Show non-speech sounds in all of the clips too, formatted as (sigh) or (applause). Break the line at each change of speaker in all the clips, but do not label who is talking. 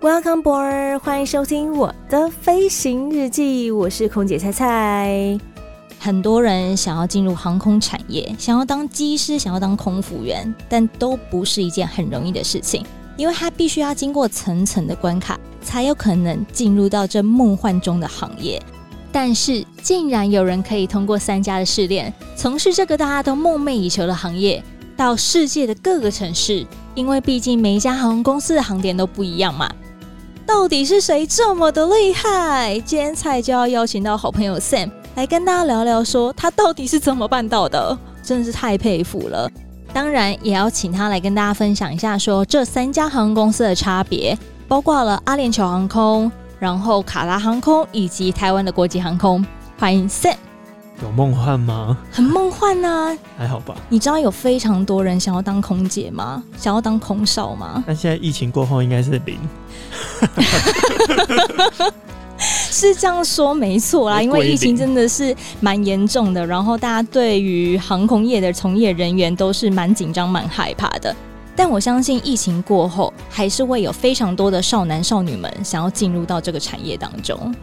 Welcome board，欢迎收听我的飞行日记，我是空姐菜菜。
很多人想要进入航空产业，想要当机师，想要当空服员，但都不是一件很容易的事情，因为他必须要经过层层的关卡，才有可能进入到这梦幻中的行业。但是，竟然有人可以通过三家的试炼，从事这个大家都梦寐以求的行业，到世界的各个城市，因为毕竟每一家航空公司的航点都不一样嘛。到底是谁这么的厉害？今天菜就要邀请到好朋友 Sam 来跟大家聊聊，说他到底是怎么办到的，真的是太佩服了。当然，也要请他来跟大家分享一下说，说这三家航空公司的差别，包括了阿联酋航空、然后卡达航空以及台湾的国际航空。欢迎 Sam，
有梦幻吗？
很梦幻呐、啊！
还好吧。
你知道有非常多人想要当空姐吗？想要当空少吗？
但现在疫情过后应该是零。
是这样说没错啦，因为疫情真的是蛮严重的，然后大家对于航空业的从业人员都是蛮紧张、蛮害怕的。但我相信疫情过后，还是会有非常多的少男少女们想要进入到这个产业当中。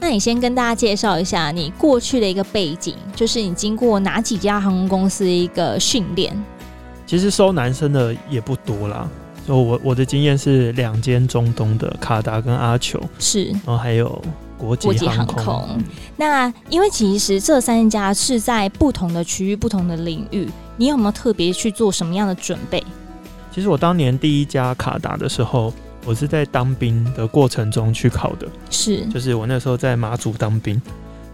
那你先跟大家介绍一下你过去的一个背景，就是你经过哪几家航空公司一个训练？
其实收男生的也不多啦。就我我的经验是两间中东的卡达跟阿酋，
是，然
后还有国际
国际航
空。
空那因为其实这三家是在不同的区域、不同的领域，你有没有特别去做什么样的准备？
其实我当年第一家卡达的时候，我是在当兵的过程中去考的，
是
就是我那时候在马祖当兵。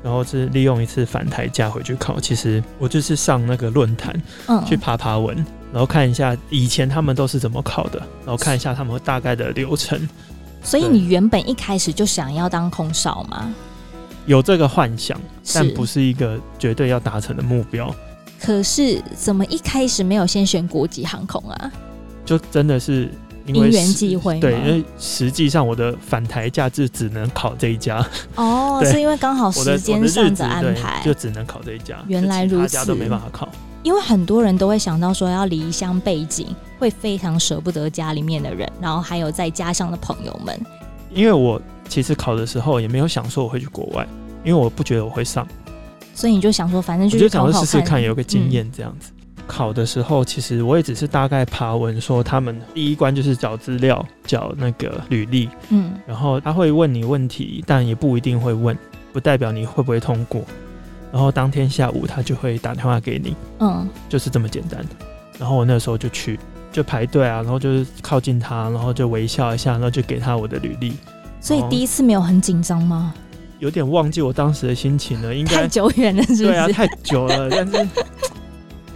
然后是利用一次返台假回去考，其实我就是上那个论坛，
嗯
去爬爬文，然后看一下以前他们都是怎么考的，然后看一下他们大概的流程，
所以
对
你原本一开始就想要当空少吗？
有这个幻想，但
是
不是一个绝对要达成的目标，
可是怎么一开始没有先选国际航空啊？
就真的是因为
因缘
实
际会吗
对，因为实际上我的返台假就只能考这一家，
哦，
对
是因为刚好
我的
时
我的
间
日
上
子
的安
对
排，
就只能考这一家，
原来
就其
如
他
此
家都没办法考。
因为很多人都会想到说要啊离乡背景，会非常舍不得家里面的人，然后还有在家乡的朋友们。
因为我其实考的时候也没有想说我会去国外，因为我不觉得我会上，
所以你就想说，反正
我
就
就是想
考
说
考
试试看，
看，
有个经验这样子。考的时候，其实我也只是大概爬文说，他们第一关就是找资料、找那个履历，
嗯，
然后他会问你问题，但也不一定会问，不代表你会不会通过。然后当天下午他就会打电话给你，
嗯
就是这么简单。然后我那时候就去，就排队啊，然后就是靠近他，然后就微笑一下，然后就给他我的履历。
嗯。所
哦
以第一次没有很紧张吗？
有点忘记我当时的心情了，应该
太久远了，是不是？
对啊，太久了。
(laughs)
但是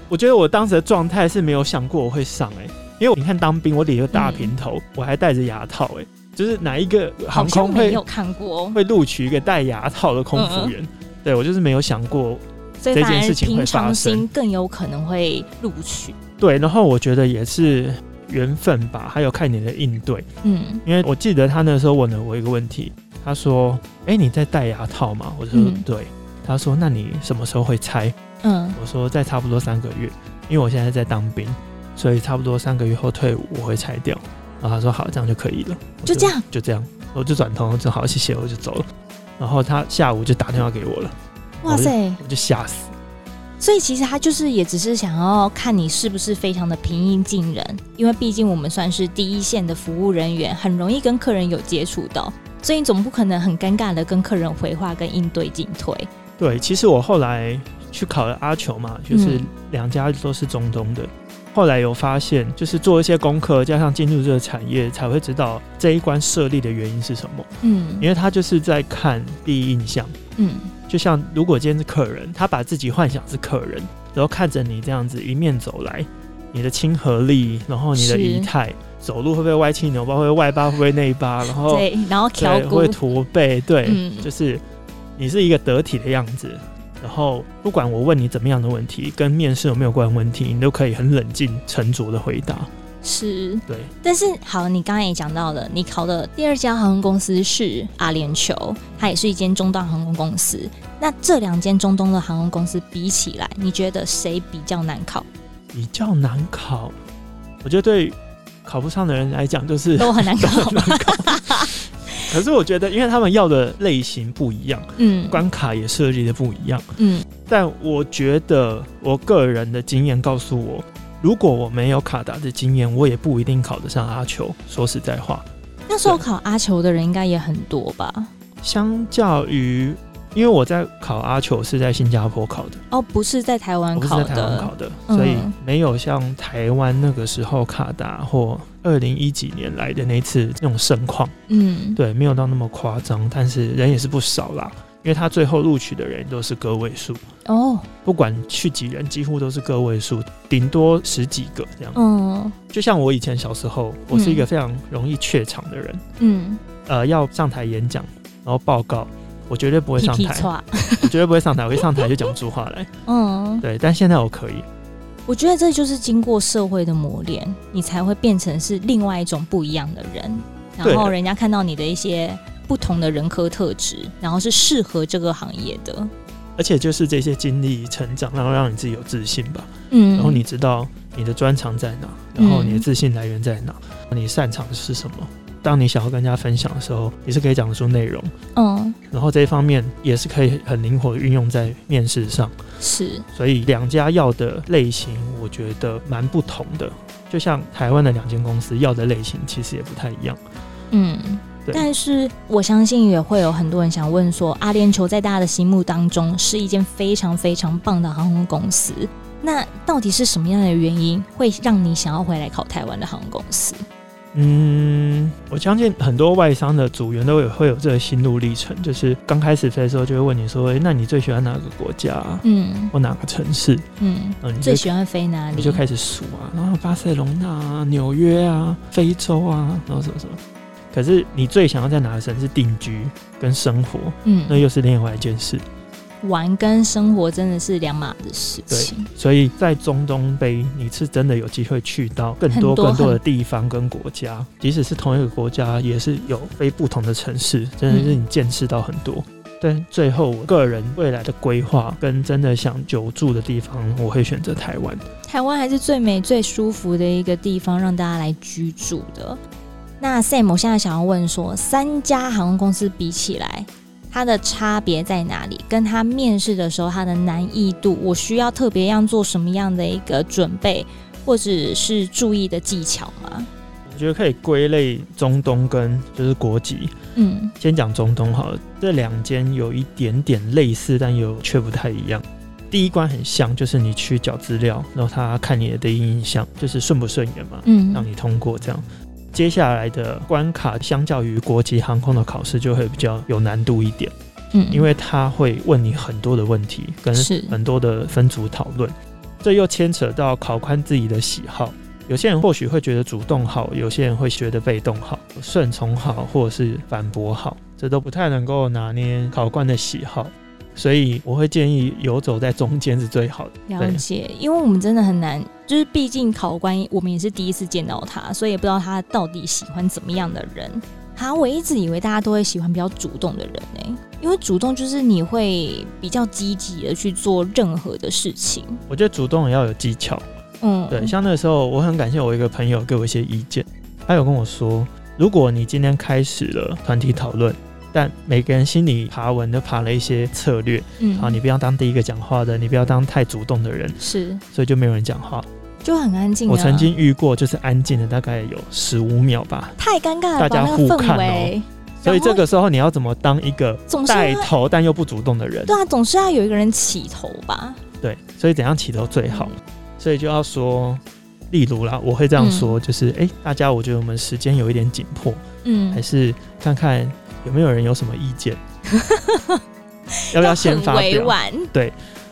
我觉得我当时的状态是没有想过我会上哎、因为你看当兵，我理个大
嗯
平头，我还戴着牙套哎、就是哪一个
好
航
像
空
没
会
有看过，哦
会录取一个戴牙套的空
嗯
服员？对我就是没有想过。
所以
这
反
件
而
事情会
平
发
常心
生
更有可能会录取。
对，然后我觉得也是缘分吧，还有看你的应对。
嗯
因为我记得他那时候问了我一个问题，他说：“哎、你在戴牙套吗？”我说：“
嗯
对。”他说：“那你什么时候会拆？”
嗯，
我说在差不多三个月，因为我现在在当兵，所以差不多三个月后退伍我会拆掉。然后他说好，这样就可以了，我
就这样，
就这样，我就转头就好，谢谢，我就走了。然后他下午就打电话给我了，
哇塞！
我就吓死。
所以其实他就是也只是想要看你是不是非常的平易近人，因为毕竟我们算是第一线的服务人员，很容易跟客人有接触到，所以你总不可能很尴尬的跟客人回话跟应对进退。
对，其实我后来去考了阿球嘛，就是
嗯
两家都是中东的。后来有发现，就是做一些功课，加上进入这个产业，才会知道这一关设立的原因是什么。
嗯
因为他就是在看第一印象。
嗯，
就像如果今天是客人，他把自己幻想是客人，然后看着你这样子迎面走来，你的亲和力，然后你的
是
仪态，走路会不会歪七扭八，会不会外八，会不会内八，然后
对，然后
对
调
会不
骨
会，驼背，对，
嗯
就是你是一个得体的样子。然后不管我问你怎么样的问题，跟面试有没有关的问题，你都可以很冷静、沉着的回答。
是。
对，
但是好，你刚刚也讲到了，你考的第二家航空公司是阿联酋，它也是一间中东航空公司。那这两间中东的航空公司比起来，你觉得谁比较难考？
比较难考，我觉得对考不上的人来讲，就是
都很难
(laughs) 都
考
很。难考。可是我觉得，因为他们要的类型不一样，
(laughs) 嗯，
关卡也设计的不一样。
嗯
但我觉得我个人的经验告诉我，如果我没有卡达的经验，我也不一定考得上阿球。说实在话，
那时候考阿球的人应该也很多吧？
相较于，因为我在考阿球是在新加坡考的，
哦，不是在台湾
我不是
考
在台湾
的，
考的，
嗯
所以没有像台湾那个时候卡达或二零一几年来的那次那种盛况，
嗯，
对，没有到那么夸张，但是人也是不少啦。因为他最后录取的人都是个位数，
哦，
不管去几人，几乎都是个位数，顶多十几个这样。
嗯
就像我以前小时候，我是一个非常容易怯场的人，
嗯，
呃，要上台演讲，然后报告，我绝对不会
皮
上
皮
台，
叉，
我绝对不会上台，我一上台就讲不出话来。
嗯，
对，但现在我可以，
我觉得这就是经过社会的磨练，你才会变成是另外一种不一样的人，然后
对
人家看到你的一些不同的人科特质，然后是适合这个行业的，
而且就是这些经历成长，然后让你自己有自信吧。
嗯，
然后你知道你的专长在哪，然后你的自信来源在哪，你擅长的是什么。当你想要跟人家分享的时候，你是可以讲得出内容，
嗯
然后这一方面也是可以很灵活地运用在面试上。
是
所以两家要的类型，我觉得蛮不同的。就像台湾的两间公司要的类型，其实也不太一样。
嗯。
对
但是我相信也会有很多人想问说，阿联酋在大家的心目当中是一间非常非常棒的航空公司，那到底是什么样的原因会让你想要回来考台湾的航空公司？
嗯，我相信很多外商的组员都有会有这个心路历程，就是刚开始飞的时候就会问你说：“诶，那你最喜欢哪个国家、啊、
嗯
或哪个城市
嗯，？”
嗯，你就
最喜欢飞哪里？
你就开始数啊，然后巴塞隆纳啊、纽约啊、非洲啊，然后什么什么。可是你最想要在哪个城市定居跟生活，
嗯，
那又是另外一件事。
玩跟生活真的是两码子事
对
情。
所以在中东杯，你是真的有机会去到更多
很多
更多的地方跟国家，即使是同一个国家，也是有非不同的城市，真的是你见识到很多。但最后，我个人未来的规划跟真的想久住的地方，我会选择台湾。
台湾还是最美、最舒服的一个地方，让大家来居住的。那 Sam，我现在想要问说，三家航空公司比起来，它的差别在哪里？跟它面试的时候，它的难易度，我需要特别要做什么样的一个准备，或者是注意的技巧吗？
我觉得可以归类中东跟就是国籍。
嗯
先讲中东好了，这两间有一点点类似，但又却不太一样。第一关很像，就是你去缴资料，然后他看你的第一印象，就是顺不顺眼嘛。让
嗯，
你通过这样。接下来的关卡，相较于国际航空的考试，就会比较有难度一点，
嗯
因为它会问你很多的问题，跟
是
很多的分组讨论，这又牵扯到考官自己的喜好。有些人或许会觉得主动好，有些人会觉得被动好、顺从好，或者是反驳好，这都不太能够拿捏考官的喜好。所以我会建议游走在中间是最好的。
了
对
解，因为我们真的很难，就是毕竟考官我们也是第一次见到他，所以也不知道他到底喜欢怎么样的人。哈，我一直以为大家都会喜欢比较主动的人呢、因为主动就是你会比较积极的去做任何的事情。
我觉得主动也要有技巧。
嗯，
对，像那个时候，我很感谢我一个朋友给我一些意见，他有跟我说，如果你今天开始了团体讨论，但每个人心里爬文都爬了一些策略，
嗯
好，你不要当第一个讲话的，你不要当太主动的人，
是
所以就没有人讲话。
就很安静、啊。
我曾经遇过，就是安静的大概有十五秒吧，
太尴尬了吧，
大家
那
互
个氛
看哦
围。
所以
然后
这个时候你要怎么当一个
总是要
带头但又不主动的人？
对啊，总是要有一个人起头吧。
对，所以怎样起头最好？所以就要说，例如啦，我会
嗯
这样说，就是诶，大家，我觉得我们时间有一点紧迫，还
嗯，
是看看有没有人有什么意
(laughs)
见，要不要先
很
发
委
表？
婉。
对，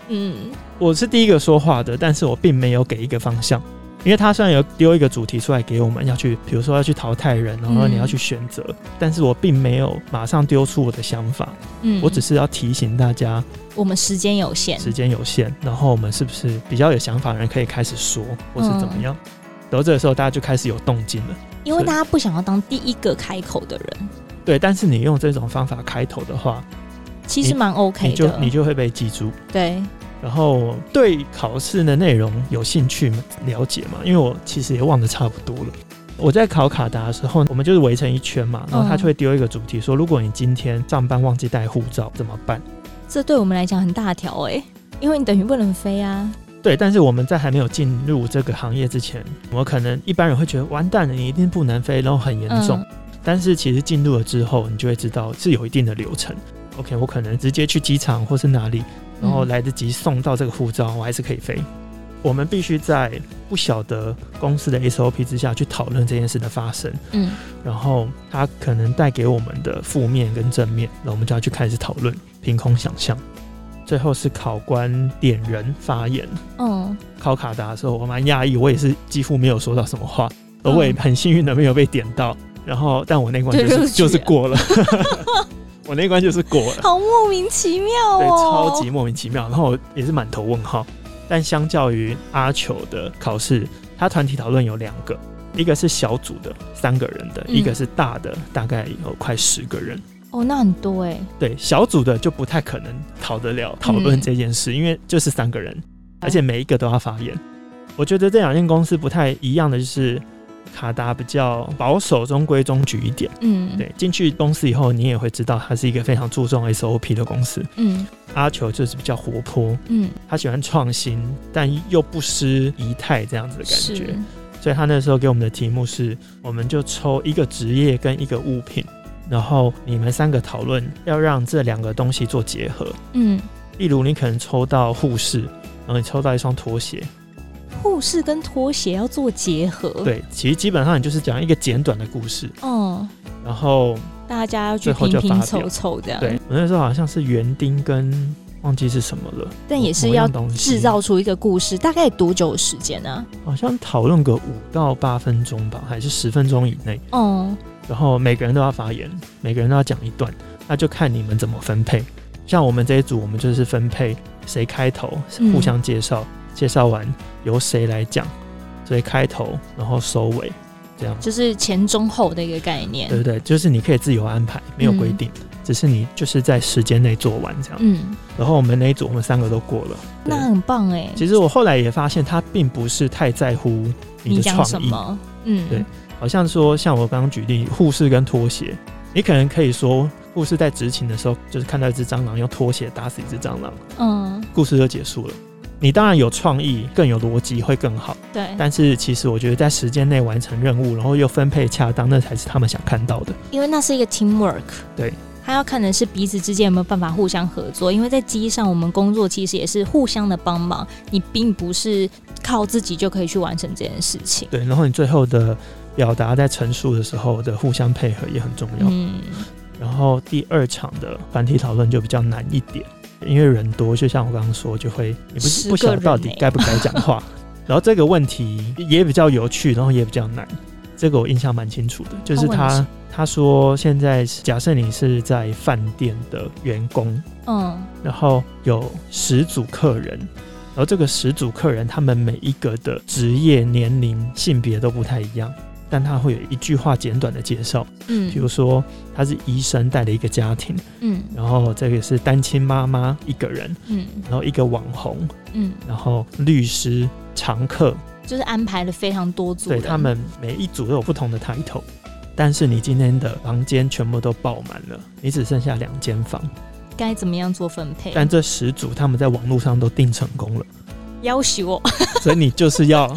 嗯
我是第一个说话的，但是我并没有给一个方向，因为他虽然有丢一个主题出来给我们要去，比如说要去淘汰人，然后
嗯
你要去选择，但是我并没有马上丢出我的想法，
嗯
我只是要提醒大家
我们时间有限，
时间有限，然后我们是不是比较有想法的人可以开始说，或是怎么
嗯
样。然后这个时候大家就开始有动静了，
因为
是
大家不想要当第一个开口的人，
对。但是你用这种方法开头的话，
其实
你
蛮 OK 的。
你就你就会被记住。
对，
然后对考试的内容有兴趣吗了解嘛？因为我其实也忘得差不多了。我在考卡达的时候，我们就是围成一圈嘛，然后他就会丢一个主题说，如果你今天上班忘记带护照怎么办？
这对我们来讲很大条哎、因为你等于不能飞啊。
对，但是我们在还没有进入这个行业之前，我可能一般人会觉得完蛋了，你一定不能飞，然后很严重。
嗯
但是其实进入了之后，你就会知道是有一定的流程。OK，我可能直接去机场或是哪里，
嗯
然后来得及送到这个护照，我还是可以飞。我们必须在不晓得公司的 SOP 之下去讨论这件事的发生，
嗯，
然后它可能带给我们的负面跟正面，那我们就要去开始讨论，凭空想象。最后是考官点人发言，
嗯，
考卡达的时候，我蛮讶异，我也是几乎没有说到什么话，而我也很幸运的没有被点到。然后，但我那关就
对啊
是
录取
就
了
是过了， (laughs) 我那关就是过了，
好莫名其妙
对，
哦，
超级莫名其妙。然后我也是满头问号。但相较于阿球的考试，他团体讨论有两个，一个是小组的三个人的，
嗯
一个是大的，大概有快十个人。
哦，那很多哎、
对，小组的就不太可能讨得了讨论这件
嗯
事，因为就是三个人，而且每一个都要发言。我觉得这两间公司不太一样的就是，卡达比较保守、中规中矩一点。
嗯，，
对，进去公司以后，你也会知道它是一个非常注重 SOP 的公司。
嗯
阿球就是比较活泼，
嗯，
他喜欢创新，但又不失仪态这样子的感觉
是。，
所以他那时候给我们的题目是，我们就抽一个职业跟一个物品，然后你们三个讨论，要让这两个东西做结合。
嗯，
例如，你可能抽到护士，然后你抽到一双拖鞋，
护士跟拖鞋要做结合，，
对，其实基本上你就是讲一个简短的故事，
嗯，
然后
大家要去
最后
拼
就
拼
发
凑
表
凑这样，
对，我那时候好像是园丁跟忘记是什么了，
但也是
某样
要
东西
制造出一个故事，大概多久的时间呢、
好像讨论个五到八分钟吧，还是十分钟以内，
啊？哦，
然后每个人都要发言，每个人都要讲一段，那就看你们怎么分配。像我们这一组，我们就是分配谁开头，
嗯
互相介绍，介绍完由谁来讲，所以开头，然后收尾，这样，
就是前中后的一个概念
对，不对？就是你可以自由安排，没有规定，只是你就是在时间内做完这样。
嗯，
然后我们那一组，我们三个都过了。
那
对
很棒哎、
其实我后来也发现，他并不是太在乎你
你
的
讲
创
什
意，
么？嗯，
对好像说，像我刚刚举例，护士跟拖鞋，你可能可以说，护士在执勤的时候，就是看到一只蟑螂，用拖鞋打死一只蟑螂，
嗯，
故事就结束了。你当然有创意，更有逻辑会更好，
对，
但是其实我觉得在时间内完成任务，然后又分配恰当，那才是他们想看到的。
因为那是一个 teamwork。
对。
他要看的是彼此之间有没有办法互相合作，因为在机上我们工作其实也是互相的帮忙，你并不是靠自己就可以去完成这件事情。
对，然后你最后的表达在陈述的时候的互相配合也很重要。
嗯，
然后第二场的团体讨论就比较难一点，因为人多，就像我刚刚说，就会你
十个
不不晓得到底
人欸
该不该讲话。 (laughs) 然后这个问题也比较有趣，然后也比较难。这个我印象蛮清楚的，就是
他问
他
什
他说现在是假设你是在饭店的员工，
嗯，
然后有十组客人，然后这个十组客人他们每一个的职业、年龄、性别都不太一样，但他会有一句话简短的介绍。
嗯
比如说他是医生带了一个家庭，
嗯
然后这个是单亲妈妈一个人，
嗯
然后一个网红，
嗯，
然后律师、常客，
就是安排了非常多组
对
人，
他们每一组都有不同的 title。但是你今天的房间全部都爆满了，你只剩下两间房。
该怎么样做分配？
但这十组他们在网络上都订成功了，
要求我，
所以你就是要，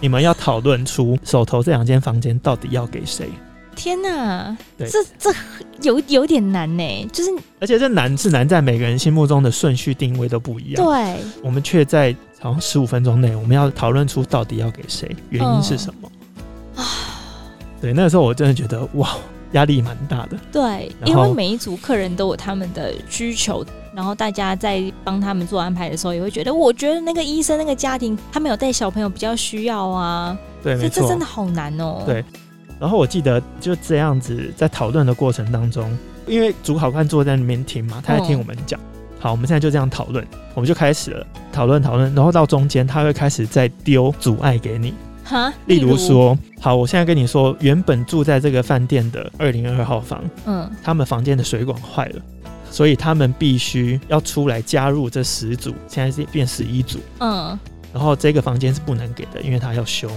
你们要讨论出手头这两间房间到底要给谁。
天哪，
对
这这有有点难呢，就是
而且这难是难在每个人心目中的顺序定位都不一样。
对，
我们却在好像十五分钟内，我们要讨论出
哦
到底要给谁，原因是什么。对，那时候我真的觉得哇，压力蛮大的。
对，
然
因为
后
每一组客人都有他们的需求，然后大家在帮他们做安排的时候，也会觉得，我觉得那个医生那个家庭，他们有带小朋友比较需要啊，
对，
这
没
这
错
真。的好难哦。
对然后我记得就这样子，在讨论的过程当中，因为主考官坐在那边听嘛，他在听
嗯
我们讲。好，我们现在就这样讨论，我们就开始了讨论讨论，然后到中间他会开始再丢阻碍给你，
哈，
例如，说，好，我现在跟你说，原本住在这个饭店的二零二号房，
嗯，
他们房间的水管坏了，所以他们必须要出来加入这十组，现在是变十一组，
嗯，
然后这个房间是不能给的，因为他要修，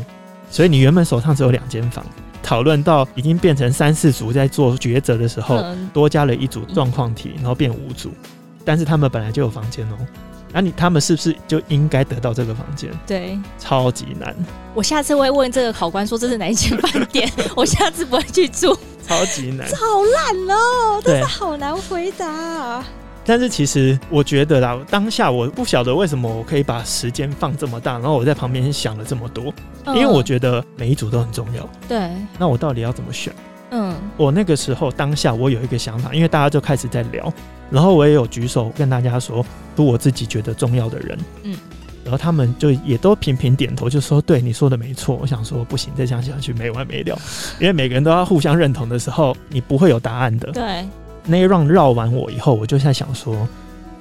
所以你原本手上只有两间房，讨论到已经变成三四组在做抉择的时候，
嗯，
多加了一组状况题，然后变五组，但是他们本来就有房间哦，那、你他们是不是就应该得到这个房间？
对。
超级难，
我下次会问这个考官说这是哪一间饭店，
(laughs)
我下次不会去住。
超级难，
好烂哦，
对
真的好难回答。啊
但是其实我觉得啦，当下我不晓得为什么我可以把时间放这么大，然后我在旁边想了这么多，
嗯
因为我觉得每一组都很重要。
得对，
那我到底要怎么选？
嗯
我那个时候当下我有一个想法，因为大家就开始在聊，然后我也有举手跟大家说出我自己觉得重要的人，
嗯，
然后他们就也都频频点头，就说对你说的没错。我想说不行，再这样下去没完没了，因为每个人都要互相认同的时候，你不会有答案的。
对，
那一 round 绕完我以后，我就在想说，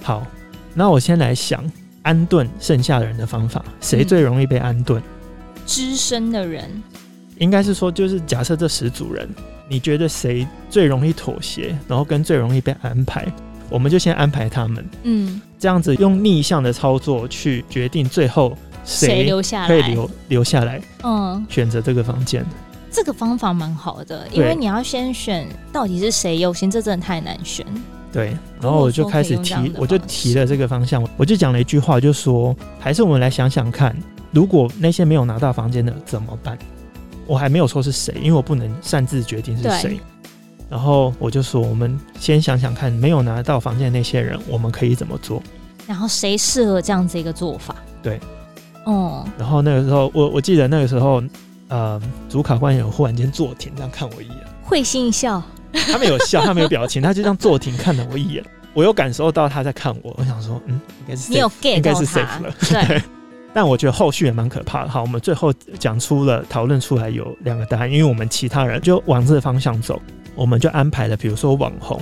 好，那我先来想安顿剩下的人的方法，谁
嗯
最容易被安顿？
资深的人，
应该是说，就是假设这十组人，你觉得谁最容易妥协，然后跟最容易被安排，我们就先安排他们，
嗯，
这样子用逆向的操作去决定最后
谁
谁
留下来？
可以留留下来
嗯，
选择这个房间。
这个方法蛮好的，
对
因为你要先选到底是谁优先，这真的太难选。
对，然后我就开始
哦
提
如果说可以用这样，的
我就提了这个方向，我就讲了一句话，就说还是我们来想想看，如果那些没有拿到房间的怎么办？我还没有说是谁，因为我不能擅自决定是谁
对。
然后我就说，我们先想想看，没有拿到房间的那些人，我们可以怎么做？
然后谁适合这样子一个做法？
对，
哦、
然后那个时候，我我记得那个时候，呃，主考官有忽然间坐停，这样看我一眼，
会心一笑，
他没有笑，他没有表情，他就这样坐停看了我一眼，我有感受到他在看我，我想说，嗯，应该是谁
你有 get
应该
到
是
他
safe 了，
(laughs) 对，
(laughs) 但我觉得后续也蛮可怕的。好，我们最后讲出了讨论出来有两个答案，因为我们其他人就往这个方向走，我们就安排了，比如说网红，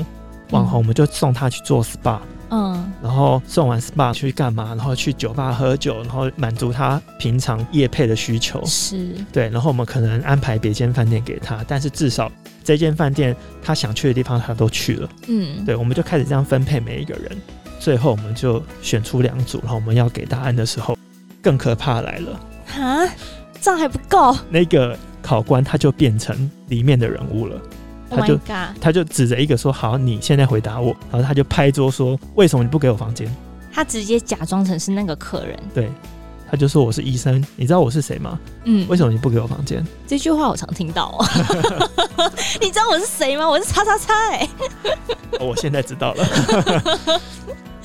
网红我们就送他去做 SPA，、
嗯，
然后送完 SPA 去干嘛？然后去酒吧喝酒，然后满足他平常夜配的需求。
是，
对，然后我们可能安排别间饭店给他，但是至少这间饭店他想去的地方他都去了。
嗯，
对，我们就开始这样分配每一个人。最后我们就选出两组，然后我们要给答案的时候，更可怕来了。
啊，这样还不够
那个考官他就变成里面的人物了，
，Oh
他
my
就
god，
他就指着一个说：“好，你现在回答我。”然后他就拍桌说：“为什么你不给我房间
他直接假装成是那个客人，？”
他就说：“我是医生，你知道我是谁吗？
嗯，
为什么你不给我房间 (laughs)
这句话我常听到、哦，你知道我是谁吗？我是叉叉叉、欸，？”
哦我现在知道了。 (laughs)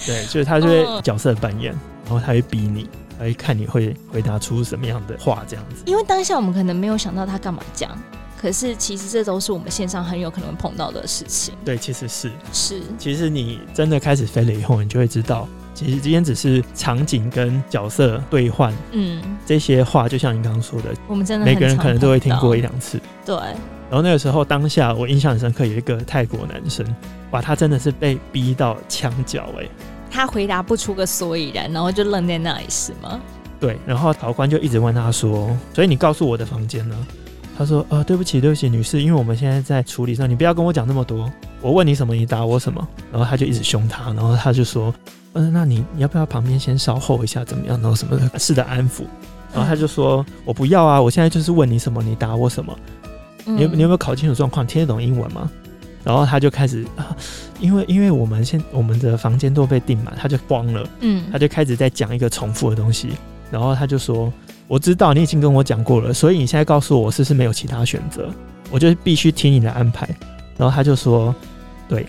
对，所以他就会
嗯
角色扮演，然后他会逼你，他会看你会回答出什么样的话，这样子。
因为当下我们可能没有想到他干嘛这样，可是其实这都是我们线上很有可能会碰到的事情，
对，其实是，
是，
其实你真的开始飞了以后，你就会知道，其实今天只是场景跟角色兑换
嗯，
这些话，就像你刚刚说的，
我们真的
每个人可能都会听过一
样，
两次。
对，
然后那个时候当下我印象很深刻，有一个泰国男生，哇，他真的是被逼到墙角哎、
他回答不出个所以然，然后就愣在那里是吗？
对，然后考官就一直问他说：“所以你告诉我的房间呢？”他说：“呃，对不起，对不起，女士，因为我们现在在处理上，你不要跟我讲那么多。我问你什么，你答我什么。”然后他就一直凶他，然后他就说：“嗯、那你你要不要旁边先稍候一下，怎么样？然后什么的，试着安抚。”然后他就说：“我不要啊，我现在就是问你什么，你答我什么。”
嗯
你有你有没有搞清楚状况？听得懂英文吗？然后他就开始啊，因为因为我们现我们的房间都被订满，他就慌了，他
嗯，
就开始在讲一个重复的东西，然后他就说：“我知道你已经跟我讲过了，所以你现在告诉我是不是没有其他选择？我就是必须听你的安排。”然后他就说：“对。”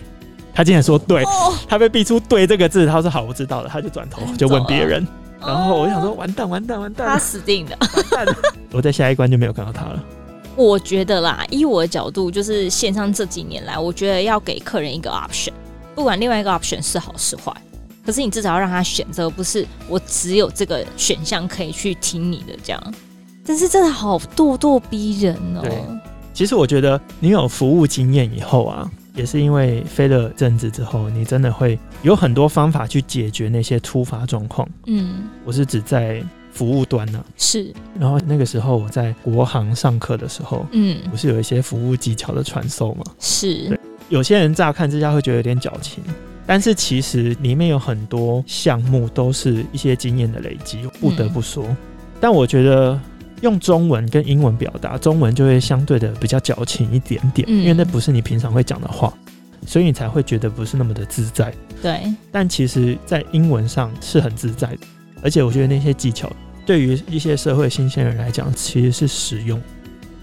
他竟然说对，
哦，
他被逼出“对”这个字，他说好，我知道了，他就转头就问别人，然后我就想说
哦，
完蛋完蛋完蛋
他
完
死定了，
蛋，我在下一关就没有看到他了。
我觉得啦，以我的角度，就是线上这几年来，我觉得要给客人一个 option，不管另外一个 option 是好是坏，可是你至少要让他选择，不是我只有这个选项可以去听你的这样。但是真的好咄咄逼人哦、
对其实我觉得你有服务经验以后啊，也是因为飞了阵子之后，你真的会有很多方法去解决那些突发状况。
嗯，
我是指在服务端呢、
是，
然后那个时候我在国航上课的时候，
嗯，
不是有一些服务技巧的传授吗？
是
对，有些人乍看之下会觉得有点矫情，但是其实里面有很多项目都是一些经验的累积，不得不说。但我觉得用中文跟英文表达，中文就会相对的比较矫情一点点，
嗯
因为那不是你平常会讲的话，所以你才会觉得不是那么的自在。
对，
但其实，在英文上是很自在的，而且我觉得那些技巧对于一些社会新鲜人来讲，其实是实用。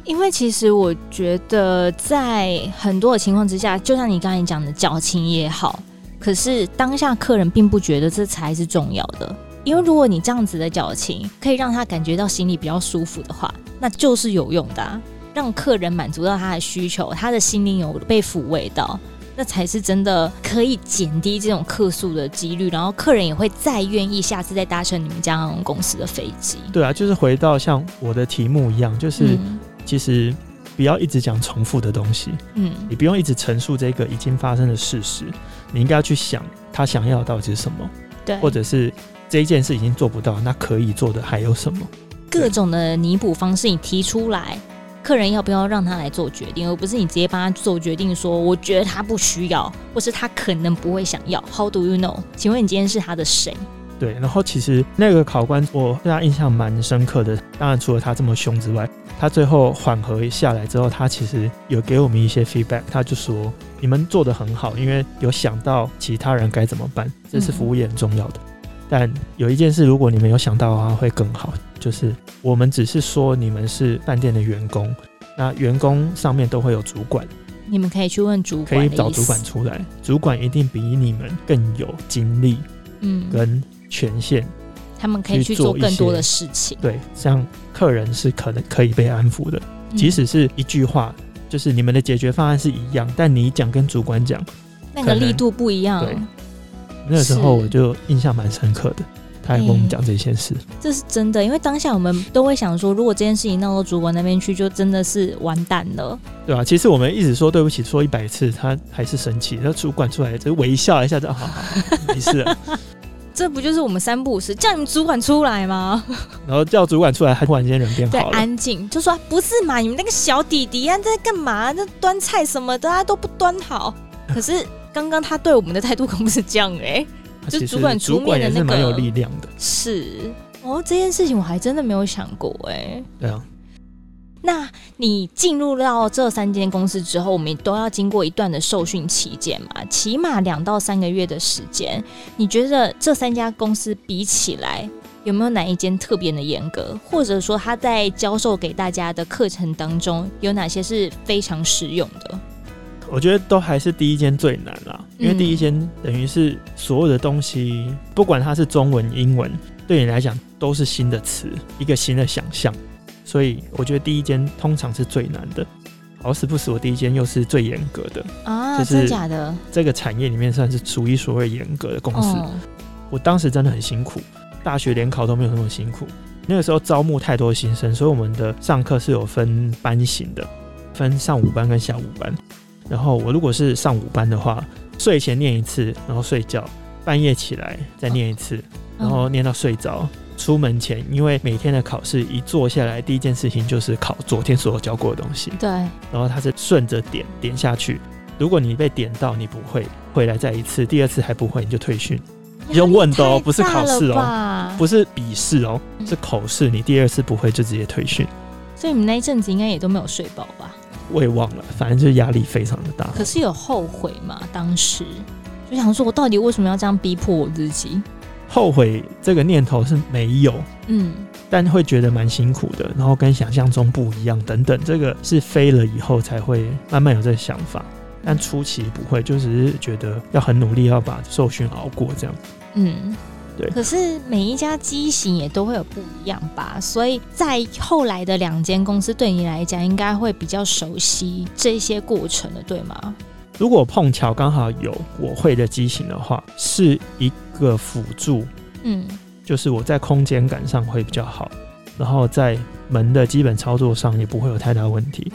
因为其实我觉得，在很多的情况之下，就像你刚才讲的矫情也好，可是当下客人并不觉得这才是重要的。因为如果你这样子的矫情，可以让他感觉到心里比较舒服的话，那就是有用的啊、让客人满足到他的需求，他的心灵有被抚慰到，那才是真的可以减低这种客诉的几率，然后客人也会再愿意下次再搭乘你们家航空公司的飞机。
对啊，就是回到像我的题目一样，就是。
嗯
其实不要一直讲重复的东西，
嗯
你不用一直陈述这个已经发生的事实，你应该要去想他想要的到底是什么，
对，
或者是这一件事已经做不到，那可以做的还有什么？
各种的弥补方式你提出来，客人要不要让他来做决定，而不是你直接帮他做决定说我觉得他不需要，或是他可能不会想要。How do you know？请问你今天是他的谁？
对，然后其实那个考官我对他印象蛮深刻的，当然除了他这么凶之外，他最后缓和下来之后，他其实有给我们一些 feedback，他就说你们做的很好，因为有想到其他人该怎么办，这是服务业很重要的。但有一件事，如果你们有想到的话，会更好，就是我们只是说你们是饭店的员工，那员工上面都会有主管，
你们可以去问主
可
管，
以找主管。出来，主管一定比你们更有精力
嗯，
跟权限。
他们可以去做
去做一
更
些
多的事情。
对，这样客人是可能可以被安抚的，
嗯
即使是一句话，就是你们的解决方案是一样，但你讲跟主管讲，
那个力度不一样，
对那时候
是
我就印象蛮深刻的。他还跟我们讲这件事，
这是真的。因为当下我们都会想说，如果这件事情闹到主管那边去，就真的是完蛋了。
对吧、啊其实我们一直说对不起，说一百次，他还是生气。那主管出来就微笑一下，就啊好好好，没事
(laughs)
了。
这不就是我们三不五时叫你们主管出来吗？
然后叫主管出来，他突然间人变
对，
好了。
安静，就说不是嘛，你们那个小弟弟啊在干嘛？那端菜什么的啊都不端 (laughs) 好。可是刚刚他对我们的态度可不是这样哎、
他
就
其
主
实
管出
主管
面
也
的
是
那
蛮有
个
力量的，
是哦，这件事情我还真的没有想过哎、
对啊。
那你进入到这三间公司之后，我们都要经过一段的受训期间嘛，起码两到三个月的时间。你觉得这三家公司比起来，有没有哪一间特别的严格，或者说他在教授给大家的课程当中，有哪些是非常实用的？
我觉得都还是第一间最难啦，因为
嗯
第一间等于是所有的东西，不管它是中文、英文，对你来讲都是新的词，一个新的想象，所以我觉得第一间通常是最难的。好死不死，我第一间又是最严格的，
啊，
就是
真假的？
这个产业里面算是数一数二严格的公司。
哦
我当时真的很辛苦，大学联考都没有那么辛苦。那个时候招募太多新生，所以我们的上课是有分班型的，分上午班跟下午班。然后我如果是上午班的话，睡前念一次，然后睡觉，半夜起来再念一次，
嗯
然后念到睡着。出门前，因为每天的考试一坐下来，第一件事情就是考昨天所有教过的东西，
对，
然后它是顺着点点下去。如果你被点到你不会，回来再一次，第二次还不会你就退训。用问的哦不是考试哦
哦
不是笔试哦，是口试，你第二次不会就直接退训。
所以你们那一阵子应该也都没有睡饱吧？
我也忘了，反正就是压力非常的大。
可是有后悔吗？当时就想说，我到底为什么要这样逼迫我自己？
后悔这个念头是没有，
嗯，
但会觉得蛮辛苦的，然后跟想象中不一样等等，这个是飞了以后才会慢慢有这个想法。但初期不会，就只是觉得要很努力，要把受训熬过这样。
嗯，
对，
可是每一家机型也都会有不一样吧，所以在后来的两间公司对你来讲，应该会比较熟悉这些过程的，对吗？
如果碰巧刚好有我会的机型的话，是一个辅助，
嗯，
就是我在空间感上会比较好，然后在门的基本操作上也不会有太大问题。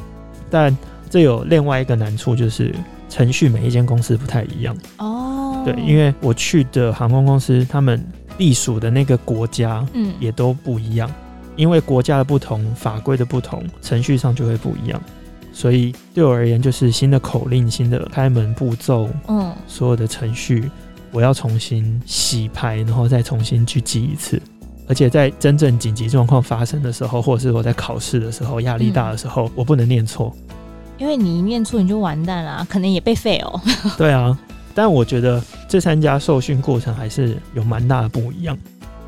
但这有另外一个难处，就是程序每一间公司不太一样。
哦，
对，因为我去的航空公司，他们隶属的那个国家
嗯
也都不一样，因为国家的不同、法规的不同，程序上就会不一样。所以对我而言，就是新的口令、新的开门步骤、
嗯，
所有的程序，我要重新洗牌，然后再重新去记一次。而且在真正紧急状况发生的时候，或者是我在考试的时候压力大的时候，我不能念错。
因为你一念错你就完蛋啦，可能也被废哦。
对啊，但我觉得这三家受训过程还是有蛮大的不一样。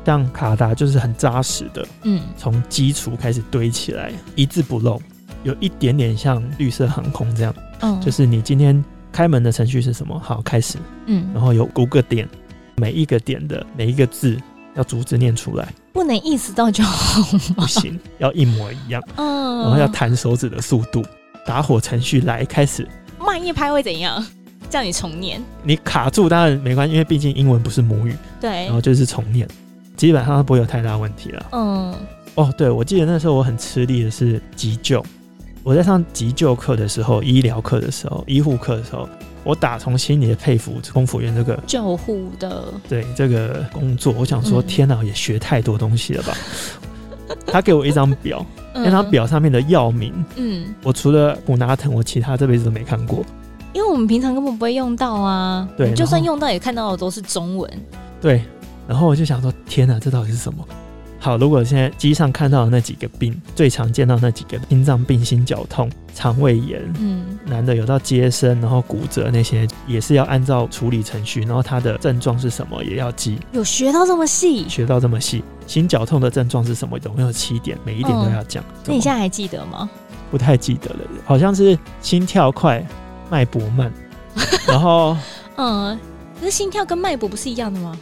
像卡达就是很扎实的，
(laughs) 嗯，
从基础开始堆起来，一字不漏，有一点点像绿色航空这样，
嗯，
就是你今天开门的程序是什么？好，开始，然
嗯，
后有五个点，每一个点的每一个字要逐字念出来，
不能意识到就好
不
嘛。
行，要一模一样，
嗯，
(laughs) 然后要弹手指的速度，打火程序来开始。
慢一拍会怎样？叫你重念。
你卡住当然没关系，因为毕竟英文不是母语，
对
然，后就是重念，基本上不会有太大问题了。
嗯，
哦，对，我记得那时候我很吃力的是急救。我在上急救课的时候、医疗课的时候、医护课的时候，我打从心里的佩服空服员这个
救护的，
对这个工作。我想说，
嗯
天哪，也学太多东西了吧？ (laughs) 他给我一张表，
嗯
那张，表上面的药名，
嗯，
我除了普拿疼，我其他这辈子都没看过。
因为我们平常根本不会用到啊，
对
你就算
然后
用到也看到的都是中文。
对，然后我就想说，天哪，这到底是什么？好，如果现在机上看到的那几个病，最常见到那几个心脏病、心绞痛、肠胃炎，
嗯
男的有到接生，然后骨折那些也是要按照处理程序，然后他的症状是什么也要记，，
有学到这么细？
学到这么细。心绞痛的症状是什么？总共有七点，每一点都要讲。
哦那你现在
在
还记得吗？
不太记得了，好像是心跳快、脉搏
(laughs)
慢，然后
嗯，可是心跳跟脉搏不是一样的吗？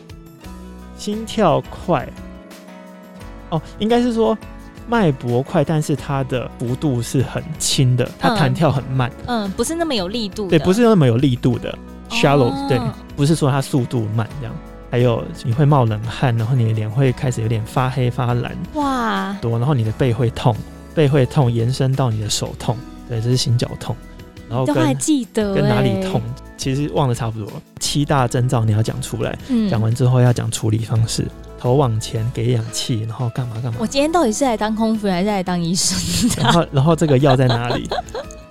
心跳快，哦，应该是说脉搏快，但是它的幅度是很轻的，它弹跳很慢，
嗯，不是那么有力度的。
对，不是那么有力度的
哦
shallow，、对，不是说它速度慢这样。还有你会冒冷汗，然后你的脸会开始有点发黑发蓝
哇，
多，然后你的背会痛，背会痛延伸到你的手痛，对，这是心绞痛，然后
都还
哦跟
记得、
跟哪里
欸
痛？，其实忘得差不多了。七大征兆你要讲出来，
嗯
讲完之后要讲处理方式，头往前给氧气，然后干嘛干嘛
我，今天到底是来当空服员还是来当医生的
然
啊？
后然后这个药在哪里，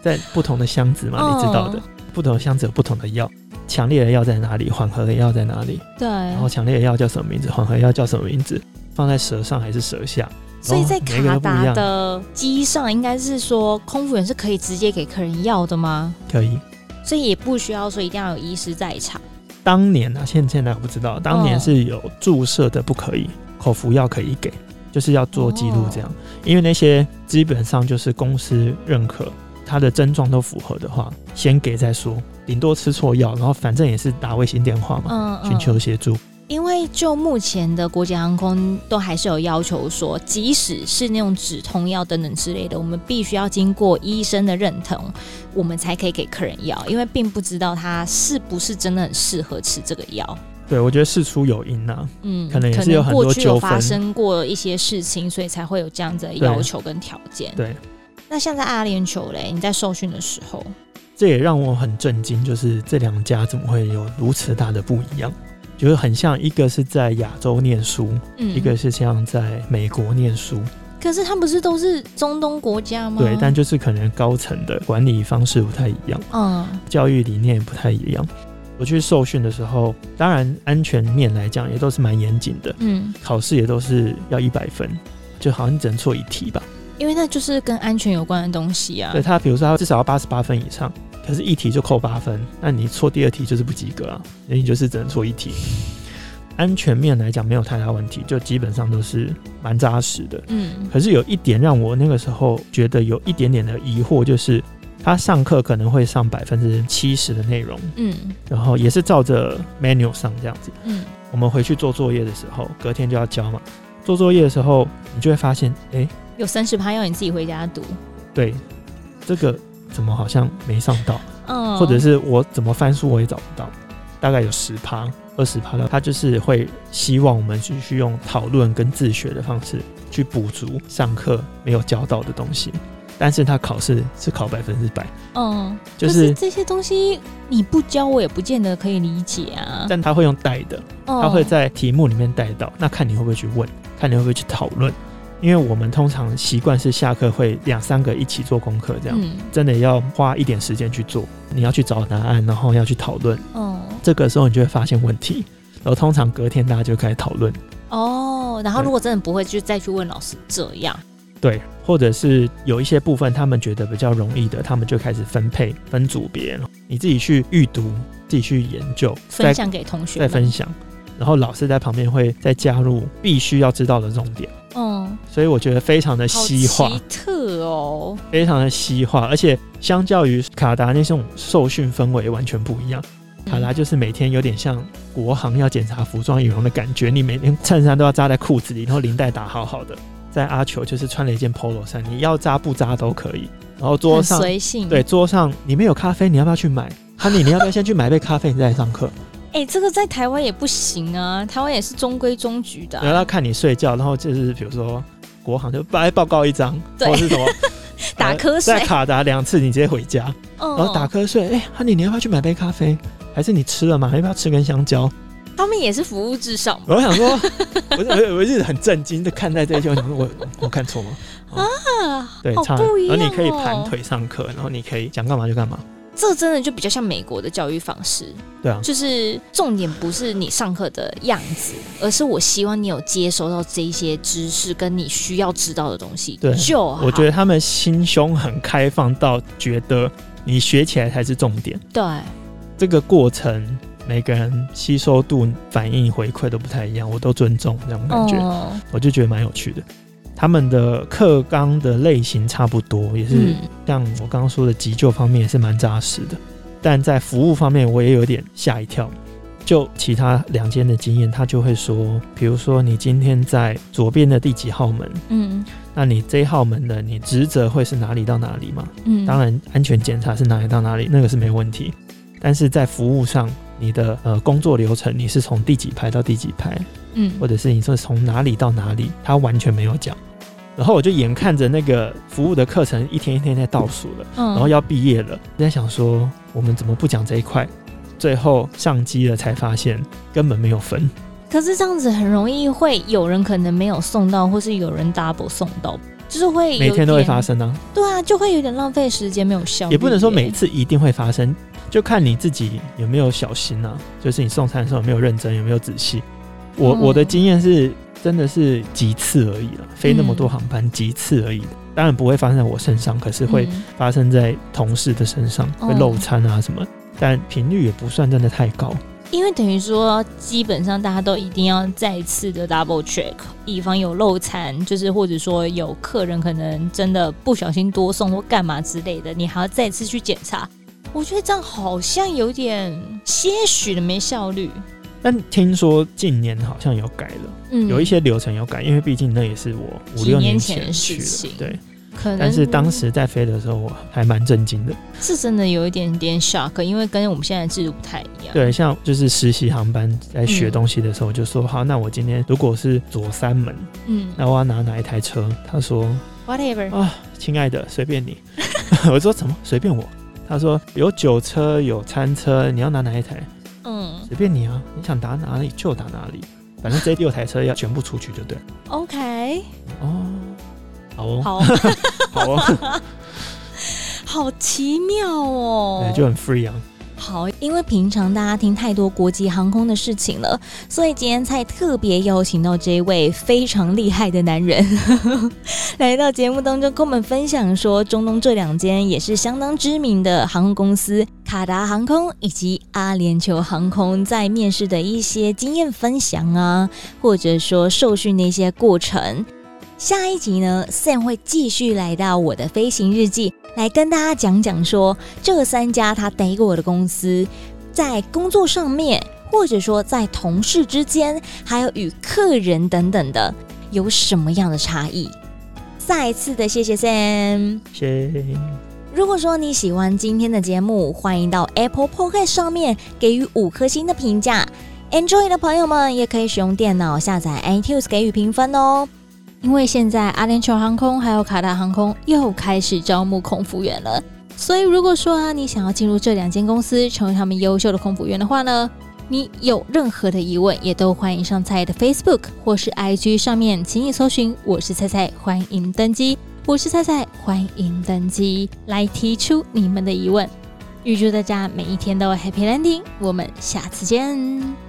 在不同的箱子嘛，
嗯
你知道的，不同的箱子有不同的药，强烈的药在哪里，缓和的药在哪里，然后
(laughs) 对，
强烈的药叫什么名字，缓和药叫什么名字，放在舌上还是舌下，
所以在
哦每一个
卡
都不一
达
样
的机上，应该是说空服员是可以直接给客人药的吗？
可以。
所以也不需要说一定要有医师在场。
当年啊，现现在我不知道，当年
嗯
是有注射的不可以，口服药可以给，就是要做记录
哦
这样，因为那些基本上就是公司认可，它的症状都符合的话，先给再说，顶多吃错药，然后反正也是打卫星电话嘛，
嗯，
寻、求协助。
因为就目前的国际航空都还是有要求说，即使是那种止痛药等等之类的，我们必须要经过医生的认同，我们才可以给客人药，因为并不知道他是不是真的很适合吃这个药。
对，我觉得事出有因啊，
嗯，
可能也是有很多
过去有
纠纷
发生过一些事情，所以才会有这样子的要求跟条件。
对，
那像在阿联酋嘞，你在受训的时候，
这也让我很震惊，就是这两家怎么会有如此大的不一样？就是很像，一个是在亚洲念书，
嗯，
一个是像在美国念书，
可是他们不是都是中东国家吗？
对，但就是可能高层的管理方式不太一样，
嗯
教育理念也不太一样。我去受训的时候，当然安全面来讲也都是蛮严谨的，
嗯，
考试也都是要一百分，就好像你只能错一题吧。
因为那就是跟安全有关的东西啊。
对他，比如说他至少要八十八分以上，可是一题就扣八分，那你错第二题就是不及格啊，所以你就是只能错一题。安全面来讲没有太大问题，就基本上都是蛮扎实的。
嗯
可是有一点让我那个时候觉得有一点点的疑惑，就是他上课可能会上百分之七十的内容，
嗯
然后也是照着 menu 上这样子，
嗯，
我们回去做作业的时候，隔天就要交嘛。做作业的时候，你就会发现，哎、
有三十趴要你自己回家读，
对，这个怎么好像没上到，
嗯，
或者是我怎么翻书我也找不到，大概有十趴、二十趴到，他就是会希望我们继续用讨论跟自学的方式去补足上课没有教到的东西，但是他考试是考百分之百，
嗯，
就
可
是
是这些东西你不教我也不见得可以理解啊，嗯
但他会用带的，他
他
会在题目里面带到，那看你会不会去问，看你会不会去讨论，因为我们通常习惯是下课会两三个一起做功课这样。
嗯
真的要花一点时间去做，你要去找答案，然后要去讨论。
哦
这个时候你就会发现问题，然后通常隔天大家就开始讨论，
哦，然后如果真的不会，就再去问老师这样，
对，或者是有一些部分他们觉得比较容易的，他们就开始分配分组别，你自己去预读，自己去研究，
分
再
享给同学
再
们，
分享，然后老师在旁边会再加入必须要知道的重点，
嗯，
所以我觉得非常的
好
西化，
奇特哦，
非常的西化，而且相较于卡达那种受训氛围完全不一样。
嗯
卡达就是每天有点像国行要检查服装羽绒的感觉，你每天衬衫都要扎在裤子里，然后领带打好好的。在阿球就是穿了一件 polo 衫，你要扎不扎都可以。
(laughs)
然后桌
很
上
随性，
对，桌上里面有咖啡，你要不要去买？哈尼，你要不要先去买杯咖啡，你再来
(laughs)
上课？
哎、这个在台湾也不行啊，台湾也是中规中矩的啊、
然后他看你睡觉，然后就是比如说国行就来报告一张，
对
或是什
(laughs)
么
打
呃
瞌
在
睡
卡达两次，你直接回家。
嗯
然后打瞌睡，哎、哈尼，你要不要去买杯咖啡？还是你吃了吗？要不要吃根香蕉？
他们也是服务至上嘛。
我想说， (laughs) 我是我我一直很震惊的看待这一切，我想说我我我看错吗？
啊，
对，
好
差
不一样、哦。
点。然后你可以盘，腿上课，然后你可以想干嘛就干嘛。
这真的就比较像美国的教育方式，
对啊，
就是重点不是你上课的样子，而是我希望你有接收到这一些知识跟你需要知道的东西
对
就好。
我觉得他们心胸很开放到觉得你学起来才是重点，
对，
这个过程。每个人吸收度、反应、回馈都不太一样，我都尊重这种感觉，
嗯
我就觉得蛮有趣的。他们的课纲的类型差不多，也是
嗯，
像我刚刚说的急救方面也是蛮扎实的，但在服务方面我也有点吓一跳。就其他两间的经验，他就会说，比如说你今天在左边的第几号门，
嗯
那你这一号门的你职责会是哪里到哪里嘛？
嗯，
当然，安全检查是哪里到哪里，那个是没问题。但是在服务上，你的呃工作流程你是从第几排到第几排，
嗯，
或者是你说从哪里到哪里，他完全没有讲。然后我就眼看着那个服务的课程一天一天在倒数了。
嗯
然后要毕业了，在想说我们怎么不讲这一块，最后上机了才发现根本没有分。
可是这样子很容易会有人可能没有送到，或是有人 double 送到，就是会哎有
每天都会
点
发。生啊，
对啊，就会有点浪费时间，没有效率耶。
也不能说每次一定会发生，就看你自己有没有小心啊，就是你送餐的时候有没有认真，有没有仔细。我、
嗯
我的经验是真的是几次而已了，飞那么多航班、几次而已，当然不会发生在我身上，可是会
嗯
发生在同事的身上，会
哦
漏餐啊什么，但频率也不算真的太高。
因为等于说基本上大家都一定要再次的 double check，以防有漏餐，就是或者说有客人可能真的不小心多送或干嘛之类的，你还要再次去检查。我觉得这样好像有点些许的没效率。
但听说近年好像有改了。
嗯，
有一些流程有改，因为毕竟那也是我五
几
六
年前
前
的
去
事
的
情，
对。
可能嗯
但是当时在飞的时候，我还蛮震惊的。
是真的有一点点 shock，因为跟我们现在的制度不太一样。
对，像就是实习航班在学
嗯
东西的时候，我就说好，那我今天如果是左三门，
嗯
那我要拿哪一台车？他说
，whatever，
啊，亲爱的，随便
(laughs)
你。我说怎么随便我？他说有酒车，有餐车，你要拿哪一台？
嗯
随便你啊，你想打哪里就打哪里，反正这六台车要全部出去就对了。
，OK，
哦，好哦，
好，
好哦，
好奇妙
(laughs)
哦，
对，就很 free 啊。
好，因为平常大家听太多国际航空的事情了，所以今天才特别邀请到这一位非常厉害的男人 (laughs) 来到节目当中，跟我们分享说，中东这两间也是相当知名的航空公司卡达航空以及阿联酋航空在面试的一些经验分享啊，或者说受训的一些过程。下一集呢，Sam 会继续来到我的飞行日记，来跟大家讲讲说这三家他待过的公司，在工作上面或者说在同事之间，还有与客人等等的，有什么样的差异？再次的谢谢 Sam。
谢谢。
如果说你喜欢今天的节目，欢迎到 Apple Podcast 上面给予五颗星的评价。Enjoy 的朋友们也可以使用电脑下载 iTunes 给予评分哦。因为现在阿联酋航空还有卡达航空又开始招募空服员了，所以如果说啊你想要进入这两间公司成为他们优秀的空服员的话呢，你有任何的疑问也都欢迎上蔡的 Facebook 或是 IG 上面，请你搜寻我是菜菜，欢迎登机。我是菜菜，欢迎登机，来提出你们的疑问。预祝大家每一天都有 Happy Landing，我们下次见。